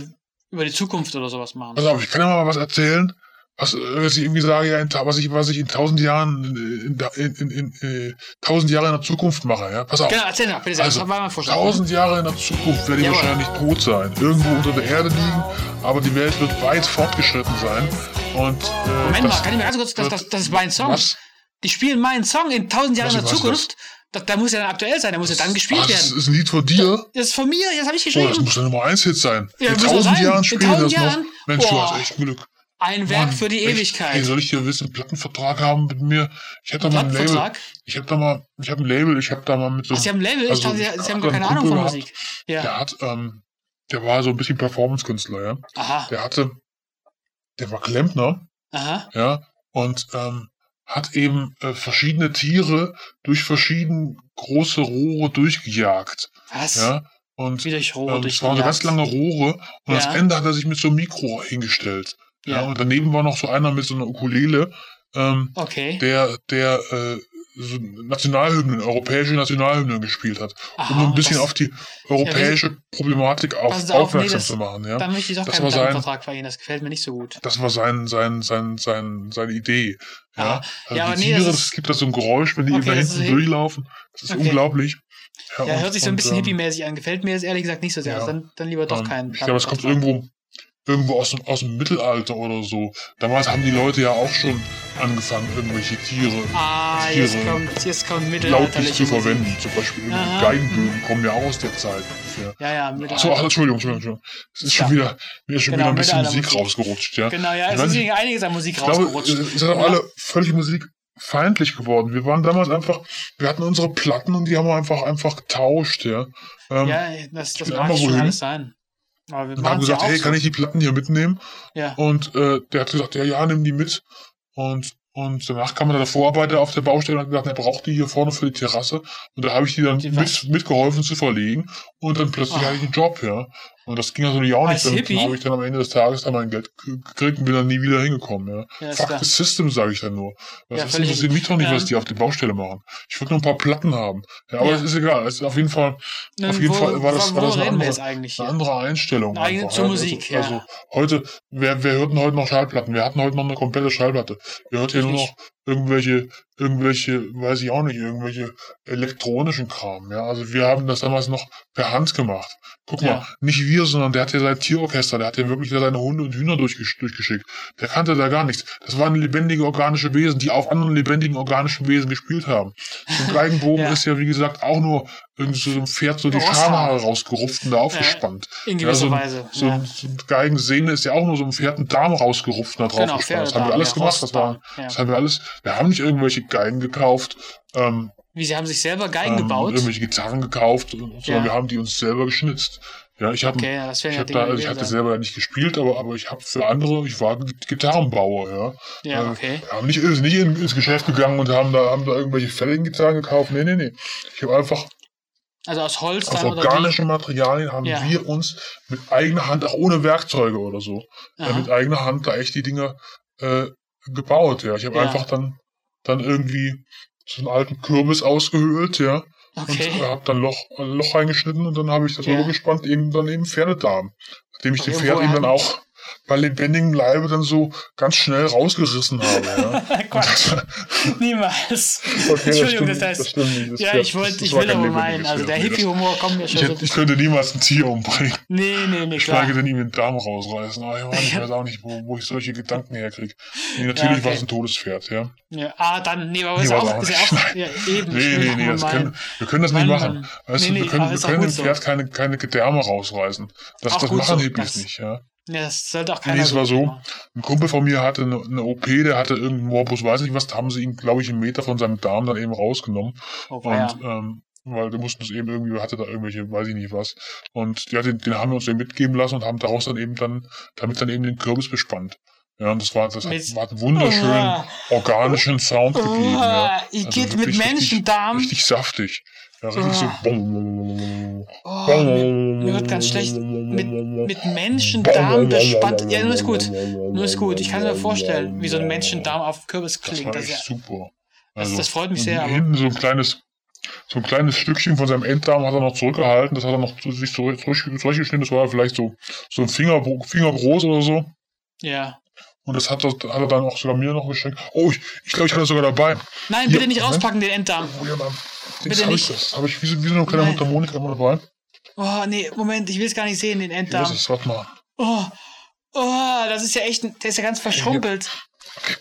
[SPEAKER 2] über die Zukunft oder sowas machen.
[SPEAKER 3] Pass auf, ich kann ja mal was erzählen, was, äh, was ich irgendwie sage, ja, in, ta- was, ich, was ich in tausend Jahren, in, in, in, in, äh, tausend Jahre in der Zukunft mache, ja? Pass auf.
[SPEAKER 2] Genau, erzähl mal, bitte sehr.
[SPEAKER 3] Also,
[SPEAKER 2] Mach mal einen Vorschlag.
[SPEAKER 3] tausend Jahre in der Zukunft werde ich
[SPEAKER 2] Jawohl.
[SPEAKER 3] wahrscheinlich tot sein. Irgendwo unter der Erde liegen, aber die Welt wird weit fortgeschritten sein. Und, äh,
[SPEAKER 2] Moment
[SPEAKER 3] das
[SPEAKER 2] mal, kann ich mal ganz kurz, das,
[SPEAKER 3] wird-
[SPEAKER 2] das, das ist mein Song.
[SPEAKER 3] Was?
[SPEAKER 2] Die spielen meinen Song in tausend Jahren
[SPEAKER 3] Was-
[SPEAKER 2] in der
[SPEAKER 3] was-
[SPEAKER 2] Zukunft. Da, da muss ja dann aktuell sein, da muss ja dann
[SPEAKER 3] Ah,
[SPEAKER 2] gespielt
[SPEAKER 3] das
[SPEAKER 2] werden.
[SPEAKER 3] ist ein Lied von dir?
[SPEAKER 2] Das ist von mir, das habe ich
[SPEAKER 3] Oh, das
[SPEAKER 2] geschrieben.
[SPEAKER 3] muss der Nummer 1 Hit sein.
[SPEAKER 2] Ja,
[SPEAKER 3] in
[SPEAKER 2] muss doch
[SPEAKER 3] tausend
[SPEAKER 2] sein.
[SPEAKER 3] Jahren
[SPEAKER 2] In
[SPEAKER 3] spielen die das
[SPEAKER 2] 1000
[SPEAKER 3] noch.
[SPEAKER 2] Jahren?
[SPEAKER 3] Mensch, du
[SPEAKER 2] Boah.
[SPEAKER 3] hast echt Glück.
[SPEAKER 2] Ein Werk
[SPEAKER 3] Mann,
[SPEAKER 2] für die
[SPEAKER 3] echt? Ey,
[SPEAKER 2] Ewigkeit.
[SPEAKER 3] soll ich hier willst du einen Plattenvertrag haben mit mir? Ich hätte da mal ein Label.
[SPEAKER 2] Plattenvertrag?
[SPEAKER 3] Ich habe da mal, ich habe ein Label, ich habe da mal mit so.
[SPEAKER 2] Ach, Sie haben ein Label?
[SPEAKER 3] also,
[SPEAKER 2] ich dachte, Sie,
[SPEAKER 3] ich
[SPEAKER 2] Sie
[SPEAKER 3] hab
[SPEAKER 2] haben gar
[SPEAKER 3] da einen
[SPEAKER 2] keine Ahnung von
[SPEAKER 3] Kumpel
[SPEAKER 2] Musik.
[SPEAKER 3] gehabt,
[SPEAKER 2] Ja.
[SPEAKER 3] Der hat, ähm, der war so ein bisschen Performance-Künstler, ja.
[SPEAKER 2] Aha.
[SPEAKER 3] Der hatte, der war Klempner,
[SPEAKER 2] Aha.
[SPEAKER 3] ja, und ähm, hat eben äh, verschiedene Tiere durch verschiedene große Rohre durchgejagt,
[SPEAKER 2] Was?
[SPEAKER 3] ja. Und
[SPEAKER 2] Wie durch Rohre
[SPEAKER 3] ähm,
[SPEAKER 2] durch
[SPEAKER 3] es
[SPEAKER 2] die
[SPEAKER 3] waren so ganz
[SPEAKER 2] Jagd.
[SPEAKER 3] lange Rohre
[SPEAKER 2] Ja.
[SPEAKER 3] und das Ende hat er sich mit so einem Mikro hingestellt. Ja.
[SPEAKER 2] Ja.
[SPEAKER 3] und daneben war noch so einer mit so einer Ukulele, ähm,
[SPEAKER 2] Okay.
[SPEAKER 3] der, der äh, so Nationalhymnen, europäische Nationalhymnen gespielt hat, um
[SPEAKER 2] Aha,
[SPEAKER 3] ein bisschen
[SPEAKER 2] Ah, das-
[SPEAKER 3] auf die europäische Problematik
[SPEAKER 2] Passen
[SPEAKER 3] auf,
[SPEAKER 2] Sie auf, Also nee,
[SPEAKER 3] aufmerksam
[SPEAKER 2] das-
[SPEAKER 3] zu machen. Ja?
[SPEAKER 2] Dann möchte ich doch
[SPEAKER 3] das
[SPEAKER 2] keinen
[SPEAKER 3] war sein-
[SPEAKER 2] Plattenvertrag bei Ihnen. Das gefällt mir nicht so gut.
[SPEAKER 3] Das war sein, sein, sein, sein, seine Idee. Ja,
[SPEAKER 2] Ah,
[SPEAKER 3] also
[SPEAKER 2] ja, aber
[SPEAKER 3] die
[SPEAKER 2] nee, das
[SPEAKER 3] Tiere,
[SPEAKER 2] ist-
[SPEAKER 3] es gibt da so ein Geräusch, wenn die
[SPEAKER 2] Okay,
[SPEAKER 3] eben da
[SPEAKER 2] das
[SPEAKER 3] hinten
[SPEAKER 2] ist-
[SPEAKER 3] durchlaufen. Das ist
[SPEAKER 2] Okay.
[SPEAKER 3] unglaublich.
[SPEAKER 2] Ja,
[SPEAKER 3] und-
[SPEAKER 2] hört sich so ein
[SPEAKER 3] und,
[SPEAKER 2] bisschen
[SPEAKER 3] ähm,
[SPEAKER 2] hippie-mäßig an. Gefällt mir jetzt ehrlich gesagt nicht so sehr.
[SPEAKER 3] ja.
[SPEAKER 2] Also dann, dann lieber doch
[SPEAKER 3] Ähm,
[SPEAKER 2] keinen.
[SPEAKER 3] Ich glaube, es kommt
[SPEAKER 2] Plattenvertrag.
[SPEAKER 3] irgendwo, irgendwo aus, dem, aus dem Mittelalter oder so. Damals haben die Leute ja auch schon angefangen, irgendwelche Tiere
[SPEAKER 2] Ah,
[SPEAKER 3] Tiere
[SPEAKER 2] jetzt kommt, jetzt kommt
[SPEAKER 3] lautlich
[SPEAKER 2] mittelalterliche
[SPEAKER 3] zu
[SPEAKER 2] Musik.
[SPEAKER 3] verwenden. Zum Beispiel irgendwie
[SPEAKER 2] Aha.
[SPEAKER 3] Geigenbögen kommen ja auch aus der Zeit. Ja.
[SPEAKER 2] Ja, ja,
[SPEAKER 3] Achso, ach,
[SPEAKER 2] Mittelalter.
[SPEAKER 3] Entschuldigung, Entschuldigung, Entschuldigung. Es ist
[SPEAKER 2] Ja.
[SPEAKER 3] schon wieder, mir ist schon
[SPEAKER 2] Genau,
[SPEAKER 3] wieder ein bisschen
[SPEAKER 2] Mittelalter-
[SPEAKER 3] Musik rausgerutscht. Ja.
[SPEAKER 2] Genau, ja,
[SPEAKER 3] Ich
[SPEAKER 2] es
[SPEAKER 3] weiß
[SPEAKER 2] ist
[SPEAKER 3] nicht,
[SPEAKER 2] einiges an Musik
[SPEAKER 3] ich glaube,
[SPEAKER 2] rausgerutscht.
[SPEAKER 3] es sind auch
[SPEAKER 2] Ja.
[SPEAKER 3] alle völlig musikfeindlich geworden. Wir waren damals einfach, wir hatten unsere Platten und die haben wir einfach, einfach getauscht. Ja. Ähm,
[SPEAKER 2] Ja, das, das
[SPEAKER 3] bin
[SPEAKER 2] mag
[SPEAKER 3] einmal
[SPEAKER 2] schon
[SPEAKER 3] wohin.
[SPEAKER 2] alles sein. Aber wir
[SPEAKER 3] und haben
[SPEAKER 2] machen ja
[SPEAKER 3] gesagt,
[SPEAKER 2] auch
[SPEAKER 3] hey,
[SPEAKER 2] so.
[SPEAKER 3] kann ich die Platten hier mitnehmen?
[SPEAKER 2] Ja.
[SPEAKER 3] Und äh, der hat gesagt, ja, ja, nimm die mit. Und, und danach kam dann der Vorarbeiter auf der Baustelle und hat gesagt, er braucht die hier vorne für die Terrasse. Und da habe ich die dann
[SPEAKER 2] Die was?
[SPEAKER 3] mit, mitgeholfen zu verlegen. Und dann plötzlich
[SPEAKER 2] Ah.
[SPEAKER 3] hatte ich einen Job, ja. Und das ging natürlich auch
[SPEAKER 2] Als
[SPEAKER 3] nicht. Dann-
[SPEAKER 2] Hippie?
[SPEAKER 3] Dann habe ich dann am Ende des Tages dann mein Geld ge- gekriegt und bin dann nie wieder hingekommen, ja.
[SPEAKER 2] Ja, ist
[SPEAKER 3] Fuck
[SPEAKER 2] klar.
[SPEAKER 3] the system, sage ich dann nur. Das
[SPEAKER 2] Ja,
[SPEAKER 3] ist
[SPEAKER 2] völlig
[SPEAKER 3] interessiert mich doch nicht,
[SPEAKER 2] Ähm,
[SPEAKER 3] was die auf der Baustelle machen. Ich würde nur ein paar Platten haben. Ja, aber
[SPEAKER 2] Ja.
[SPEAKER 3] es ist egal. Es ist auf jeden Fall, auf jeden Fall war das,
[SPEAKER 2] wo
[SPEAKER 3] war das
[SPEAKER 2] reden
[SPEAKER 3] eine
[SPEAKER 2] wir
[SPEAKER 3] andere,
[SPEAKER 2] jetzt eigentlich
[SPEAKER 3] eine
[SPEAKER 2] hier?
[SPEAKER 3] andere Einstellung.
[SPEAKER 2] Eine eigene
[SPEAKER 3] einfach,
[SPEAKER 2] zur
[SPEAKER 3] ja.
[SPEAKER 2] Musik,
[SPEAKER 3] also,
[SPEAKER 2] ja.
[SPEAKER 3] Also heute, wer, wer hört denn heute noch Schallplatten? Wir hatten heute noch eine komplette Schallplatte. Ihr hört hier
[SPEAKER 2] Ich
[SPEAKER 3] nur
[SPEAKER 2] nicht.
[SPEAKER 3] noch irgendwelche, irgendwelche, weiß ich auch nicht, irgendwelche elektronischen Kram. Ja, also wir haben das damals noch per Hand gemacht. Guck
[SPEAKER 2] Ja.
[SPEAKER 3] mal, nicht wir, sondern der hat ja sein Tierorchester, der hat ja wirklich seine Hunde und Hühner durchgesch durchgeschickt. Der kannte da gar nichts. Das waren lebendige organische Wesen, die auf anderen lebendigen organischen Wesen gespielt haben. So
[SPEAKER 2] <laughs>
[SPEAKER 3] ein Geigenbogen
[SPEAKER 2] Ja.
[SPEAKER 3] ist ja, wie gesagt, auch nur irgendwie so einem Pferd so die
[SPEAKER 2] Rosshaar.
[SPEAKER 3] Schamhaare rausgerupft und da aufgespannt.
[SPEAKER 2] in
[SPEAKER 3] Ja,
[SPEAKER 2] gewisser
[SPEAKER 3] so ein-
[SPEAKER 2] Weise.
[SPEAKER 3] So
[SPEAKER 2] ja.
[SPEAKER 3] ein so ein Geigensehne ist ja auch nur so ein Pferd einen Darm rausgerupft und da drauf
[SPEAKER 2] Genau,
[SPEAKER 3] gespannt. Das
[SPEAKER 2] Pferdedarm,
[SPEAKER 3] haben wir alles
[SPEAKER 2] ja,
[SPEAKER 3] gemacht. Das, war,
[SPEAKER 2] Rossdarm, ja.
[SPEAKER 3] das haben wir alles. Wir haben nicht irgendwelche Geigen gekauft, ähm,
[SPEAKER 2] Wie sie haben sich selber Geigen
[SPEAKER 3] ähm,
[SPEAKER 2] gebaut.
[SPEAKER 3] irgendwelche Gitarren gekauft, sondern
[SPEAKER 2] Ja.
[SPEAKER 3] wir haben die uns selber geschnitzt. Ja, ich habe
[SPEAKER 2] Okay, ja, das wäre
[SPEAKER 3] ich
[SPEAKER 2] ja
[SPEAKER 3] hab
[SPEAKER 2] Dinge
[SPEAKER 3] da, also ich hatte
[SPEAKER 2] gewesen.
[SPEAKER 3] selber nicht gespielt, aber, aber ich habe für andere, ich war G- Gitarrenbauer, ja.
[SPEAKER 2] Ja,
[SPEAKER 3] Äh,
[SPEAKER 2] okay.
[SPEAKER 3] Wir haben nicht, sind nicht in, ins Geschäft gegangen und haben da, haben da irgendwelche fälligen Gitarren gekauft. Nee, nee, nee. Ich habe einfach
[SPEAKER 2] Also aus Holz
[SPEAKER 3] aus
[SPEAKER 2] dann oder wie?
[SPEAKER 3] organischen Materialien haben
[SPEAKER 2] Ja.
[SPEAKER 3] wir uns mit eigener Hand, auch ohne Werkzeuge oder so, ja,
[SPEAKER 2] Aha.
[SPEAKER 3] mit eigener Hand da echt die Dinger äh, gebaut. Ja, ich habe
[SPEAKER 2] Ja.
[SPEAKER 3] einfach dann dann irgendwie so einen alten Kürbis ausgehöhlt, ja, und
[SPEAKER 2] Okay.
[SPEAKER 3] habe dann Loch ein Loch reingeschnitten und dann habe ich das
[SPEAKER 2] Ja.
[SPEAKER 3] drüber gespannt, eben dann eben Pferdedarm, indem ich
[SPEAKER 2] Okay,
[SPEAKER 3] den
[SPEAKER 2] und
[SPEAKER 3] Pferd
[SPEAKER 2] woher
[SPEAKER 3] eben dann
[SPEAKER 2] hat-
[SPEAKER 3] auch bei lebendigem Leibe dann so ganz schnell rausgerissen habe.
[SPEAKER 2] <laughs>
[SPEAKER 3] Ja.
[SPEAKER 2] Quatsch. Niemals.
[SPEAKER 3] Okay,
[SPEAKER 2] Entschuldigung,
[SPEAKER 3] das stimmt-
[SPEAKER 2] das heißt.
[SPEAKER 3] das stimmt nicht, das
[SPEAKER 2] ja,
[SPEAKER 3] Pferd-
[SPEAKER 2] ich, wollt,
[SPEAKER 3] das
[SPEAKER 2] ich
[SPEAKER 3] war
[SPEAKER 2] will
[SPEAKER 3] kein
[SPEAKER 2] aber
[SPEAKER 3] lebendiges
[SPEAKER 2] meinen. Also der
[SPEAKER 3] Pferd, nee, das-
[SPEAKER 2] Hippie-Humor kommt ja
[SPEAKER 3] Ich,
[SPEAKER 2] schon so.
[SPEAKER 3] hätte, ich könnte niemals ein Tier umbringen.
[SPEAKER 2] Nee, nee, nee, klar.
[SPEAKER 3] Geschweige denn ihm den Darm rausreißen. Ah, ja, ich weiß auch nicht, wo, wo ich solche Gedanken herkriege. Nee, natürlich
[SPEAKER 2] Ja, okay.
[SPEAKER 3] war es ein Todespferd, ja.
[SPEAKER 2] Ja, ah, dann, nee, aber
[SPEAKER 3] Nee,
[SPEAKER 2] ist
[SPEAKER 3] war's
[SPEAKER 2] auch,
[SPEAKER 3] auch
[SPEAKER 2] ist ja
[SPEAKER 3] nicht.
[SPEAKER 2] auch, ja, eben.
[SPEAKER 3] Nee,
[SPEAKER 2] ich will
[SPEAKER 3] nee,
[SPEAKER 2] auch
[SPEAKER 3] nee,
[SPEAKER 2] nur
[SPEAKER 3] das
[SPEAKER 2] meinen.
[SPEAKER 3] können, wir können das nicht
[SPEAKER 2] Mann,
[SPEAKER 3] machen.
[SPEAKER 2] Mann.
[SPEAKER 3] Weißt
[SPEAKER 2] Nee,
[SPEAKER 3] du,
[SPEAKER 2] nee,
[SPEAKER 3] wir können,
[SPEAKER 2] aber
[SPEAKER 3] wir
[SPEAKER 2] ist auch
[SPEAKER 3] können dem
[SPEAKER 2] gut so.
[SPEAKER 3] Pferd keine, keine Gedärme rausreißen. Das,
[SPEAKER 2] Auch
[SPEAKER 3] das
[SPEAKER 2] gut
[SPEAKER 3] machen
[SPEAKER 2] so,
[SPEAKER 3] Hippies
[SPEAKER 2] das-
[SPEAKER 3] nicht, ja.
[SPEAKER 2] Ja, das sollte auch keiner.
[SPEAKER 3] Nee, es war
[SPEAKER 2] so
[SPEAKER 3] so,
[SPEAKER 2] machen.
[SPEAKER 3] ein Kumpel von mir hatte eine, eine OP, der hatte irgendeinen Morbus, weiß nicht was, da haben sie ihn, glaube ich, einen Meter von seinem Darm dann eben rausgenommen.
[SPEAKER 2] Oh,
[SPEAKER 3] Und
[SPEAKER 2] ja.
[SPEAKER 3] ähm, weil wir mussten es eben irgendwie, hatte da irgendwelche, weiß ich nicht was. Und ja, den, den haben wir uns dann mitgeben lassen und haben daraus dann eben dann, damit dann eben den Kürbis bespannt. Ja, und das war, das
[SPEAKER 2] Mit-
[SPEAKER 3] hat, war einen wunderschönen
[SPEAKER 2] Uah.
[SPEAKER 3] organischen Sound
[SPEAKER 2] Ah.
[SPEAKER 3] gegeben. Ja.
[SPEAKER 2] Uah, ich
[SPEAKER 3] Also
[SPEAKER 2] geht mit
[SPEAKER 3] wirklich
[SPEAKER 2] Menschendarm.
[SPEAKER 3] Richtig saftig. Ja, richtig so.
[SPEAKER 2] Uah.
[SPEAKER 3] Bum,
[SPEAKER 2] Ah. Oh, mir,
[SPEAKER 3] bum, bum,
[SPEAKER 2] mir wird ganz schlecht.
[SPEAKER 3] bum,
[SPEAKER 2] Mit,
[SPEAKER 3] bum,
[SPEAKER 2] mit
[SPEAKER 3] bum,
[SPEAKER 2] Menschendarm
[SPEAKER 3] bum,
[SPEAKER 2] bespannt.
[SPEAKER 3] bum,
[SPEAKER 2] Ja, nur ist gut.
[SPEAKER 3] bum,
[SPEAKER 2] Nur ist gut. Ich kann mir
[SPEAKER 3] bum,
[SPEAKER 2] vorstellen, wie so ein
[SPEAKER 3] bum.
[SPEAKER 2] Menschendarm auf Kürbis
[SPEAKER 3] Das
[SPEAKER 2] klingt.
[SPEAKER 3] war
[SPEAKER 2] Das
[SPEAKER 3] echt mhm.
[SPEAKER 2] ist ja
[SPEAKER 3] super. Also
[SPEAKER 2] das- das freut mich
[SPEAKER 3] und
[SPEAKER 2] sehr, aber-
[SPEAKER 3] Hinten so ein kleines, so ein kleines Stückchen von seinem Enddarm hat er noch zurückgehalten. Das hat er noch zu sich zurück- zurück- zurückgeschnitten. Das war vielleicht so, so ein Finger, Finger groß oder so.
[SPEAKER 2] ja.
[SPEAKER 3] Und das hat, er- hat er dann auch sogar mir noch geschenkt. Oh, ich, ich glaube, ich hatte das sogar dabei.
[SPEAKER 2] Nein,
[SPEAKER 3] Hier,
[SPEAKER 2] bitte nicht
[SPEAKER 3] Moment.
[SPEAKER 2] rauspacken, den Enddarm.
[SPEAKER 3] Oh ja, Mann.
[SPEAKER 2] Bitte
[SPEAKER 3] Das habe ich,
[SPEAKER 2] nicht.
[SPEAKER 3] das hab ich wie, so, wie so eine kleine
[SPEAKER 2] Nein.
[SPEAKER 3] Mundharmonika immer dabei.
[SPEAKER 2] Oh, nee, Moment, ich will es gar nicht sehen, den
[SPEAKER 3] Hier, das
[SPEAKER 2] Enddarm.
[SPEAKER 3] ist, warte mal.
[SPEAKER 2] Oh, oh, das ist ja echt, ein- der ist ja ganz verschrumpelt.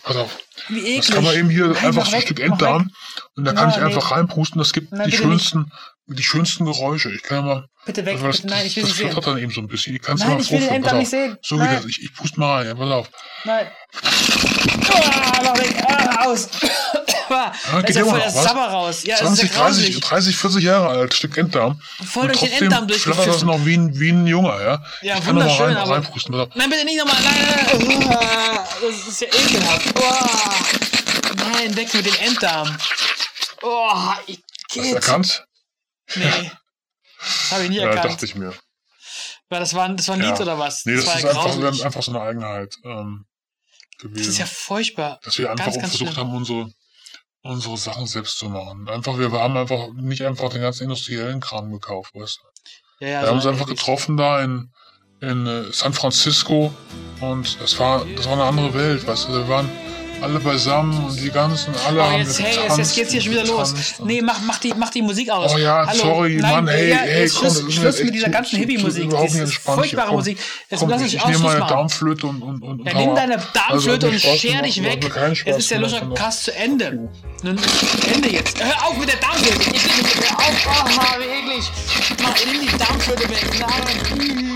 [SPEAKER 3] Pass auf.
[SPEAKER 2] Wie eklig.
[SPEAKER 3] Das kann man eben hier
[SPEAKER 2] Nein,
[SPEAKER 3] einfach
[SPEAKER 2] mach
[SPEAKER 3] so ein
[SPEAKER 2] weg,
[SPEAKER 3] Stück
[SPEAKER 2] mach
[SPEAKER 3] Enddarm. Und da kann
[SPEAKER 2] Na,
[SPEAKER 3] ich einfach reinpusten. Das gibt
[SPEAKER 2] Na,
[SPEAKER 3] die
[SPEAKER 2] bitte
[SPEAKER 3] schönsten, die schönsten Geräusche. Ich kann ja mal. Also
[SPEAKER 2] Bitte weg,
[SPEAKER 3] das,
[SPEAKER 2] bitte, nein, ich will
[SPEAKER 3] das
[SPEAKER 2] nicht sehen.
[SPEAKER 3] flattert dann eben so ein bisschen. Ich kann's
[SPEAKER 2] Nein,
[SPEAKER 3] mal
[SPEAKER 2] ich will den
[SPEAKER 3] vorführen. Pass
[SPEAKER 2] Enddarm
[SPEAKER 3] auf.
[SPEAKER 2] nicht sehen.
[SPEAKER 3] So
[SPEAKER 2] Nein.
[SPEAKER 3] geht das. Ich, ich puste mal rein. Ja, pass auf.
[SPEAKER 2] Nein. Ah, mach weg. Ah, aus. <coughs> Ah, da
[SPEAKER 3] geht
[SPEAKER 2] ist ja
[SPEAKER 3] immer
[SPEAKER 2] voll
[SPEAKER 3] noch,
[SPEAKER 2] der
[SPEAKER 3] was?
[SPEAKER 2] Sabber raus. Ja, das ist ja
[SPEAKER 3] 20, 30,
[SPEAKER 2] grauslich.
[SPEAKER 3] 30, 40 Jahre alt, Stück Enddarm.
[SPEAKER 2] Voll
[SPEAKER 3] und
[SPEAKER 2] durch den
[SPEAKER 3] trotzdem
[SPEAKER 2] Enddarm
[SPEAKER 3] flattert das
[SPEAKER 2] durchgepfiffen.
[SPEAKER 3] noch wie ein, wie ein Junger, ja?
[SPEAKER 2] Ja,
[SPEAKER 3] ich kann da mal
[SPEAKER 2] wunderschön,
[SPEAKER 3] rein,
[SPEAKER 2] aber-
[SPEAKER 3] reinpusten. Pass auf.
[SPEAKER 2] Nein, bitte nicht nochmal. Nein, nein, nein. Ah, Das ist ja ekelhaft. Ah. Nein, weg mit dem Enddarm. Oh, ich
[SPEAKER 3] Hast du
[SPEAKER 2] geht.
[SPEAKER 3] erkannt?
[SPEAKER 2] Nee. Das habe ich nie
[SPEAKER 3] Ja,
[SPEAKER 2] erkannt.
[SPEAKER 3] dachte ich mir.
[SPEAKER 2] War das, war, ein- das war ein Lied
[SPEAKER 3] Ja.
[SPEAKER 2] oder was?
[SPEAKER 3] Nee, das,
[SPEAKER 2] war
[SPEAKER 3] ist
[SPEAKER 2] ja
[SPEAKER 3] einfach,
[SPEAKER 2] grauslich.
[SPEAKER 3] einfach so eine Eigenheit ähm, gewesen.
[SPEAKER 2] das ist ja furchtbar.
[SPEAKER 3] dass wir einfach
[SPEAKER 2] ganz, ganz
[SPEAKER 3] versucht
[SPEAKER 2] schlimm.
[SPEAKER 3] haben, unsere, unsere Sachen selbst zu machen. Einfach, wir haben einfach nicht einfach den ganzen industriellen Kram gekauft, weißt du.
[SPEAKER 2] Ja, ja,
[SPEAKER 3] wir haben uns
[SPEAKER 2] so
[SPEAKER 3] einfach
[SPEAKER 2] eklig.
[SPEAKER 3] getroffen da in, in äh, San Francisco und das war, das war eine andere Welt, weißt du. Wir waren alle beisammen und die ganzen, alle
[SPEAKER 2] Oh,
[SPEAKER 3] haben
[SPEAKER 2] jetzt, hey, jetzt,
[SPEAKER 3] getanzt
[SPEAKER 2] jetzt geht's hier
[SPEAKER 3] und
[SPEAKER 2] schon wieder los.
[SPEAKER 3] getanzt und-
[SPEAKER 2] Nee, mach, mach, die, mach die Musik aus.
[SPEAKER 3] Oh ja,
[SPEAKER 2] Hallo.
[SPEAKER 3] sorry, Mann, hey,
[SPEAKER 2] ja,
[SPEAKER 3] hey,
[SPEAKER 2] jetzt
[SPEAKER 3] komm, das
[SPEAKER 2] Schluss,
[SPEAKER 3] ist mir
[SPEAKER 2] Schluss mit
[SPEAKER 3] echt
[SPEAKER 2] dieser
[SPEAKER 3] zu-
[SPEAKER 2] ganzen
[SPEAKER 3] zu- zu-
[SPEAKER 2] Hippie-Musik.
[SPEAKER 3] überhaupt
[SPEAKER 2] Diese
[SPEAKER 3] nicht entspannt hier.
[SPEAKER 2] furchtbare
[SPEAKER 3] Komm,
[SPEAKER 2] Musik. Jetzt
[SPEAKER 3] Komm,
[SPEAKER 2] lass
[SPEAKER 3] ich,
[SPEAKER 2] uns
[SPEAKER 3] ich nehme
[SPEAKER 2] Ausschluss
[SPEAKER 3] meine
[SPEAKER 2] machen.
[SPEAKER 3] Darmflöte und und und, und
[SPEAKER 2] Dann
[SPEAKER 3] hau
[SPEAKER 2] nimm
[SPEAKER 3] ab.
[SPEAKER 2] deine
[SPEAKER 3] Also, hat
[SPEAKER 2] Darmflöte
[SPEAKER 3] mir
[SPEAKER 2] und
[SPEAKER 3] Spaß
[SPEAKER 2] scher
[SPEAKER 3] gemacht,
[SPEAKER 2] dich
[SPEAKER 3] aber hat
[SPEAKER 2] weg.
[SPEAKER 3] mir keinen
[SPEAKER 2] Jetzt
[SPEAKER 3] Spaß
[SPEAKER 2] ist der
[SPEAKER 3] gemacht,
[SPEAKER 2] Luscher
[SPEAKER 3] sondern-
[SPEAKER 2] Cast zu Ende. Nun ist Ende jetzt. Hör auf mit der Darmflöte. Ich nehme hör auf. Oh, wie eklig. Mach, nimm die Darmflöte weg. Nein.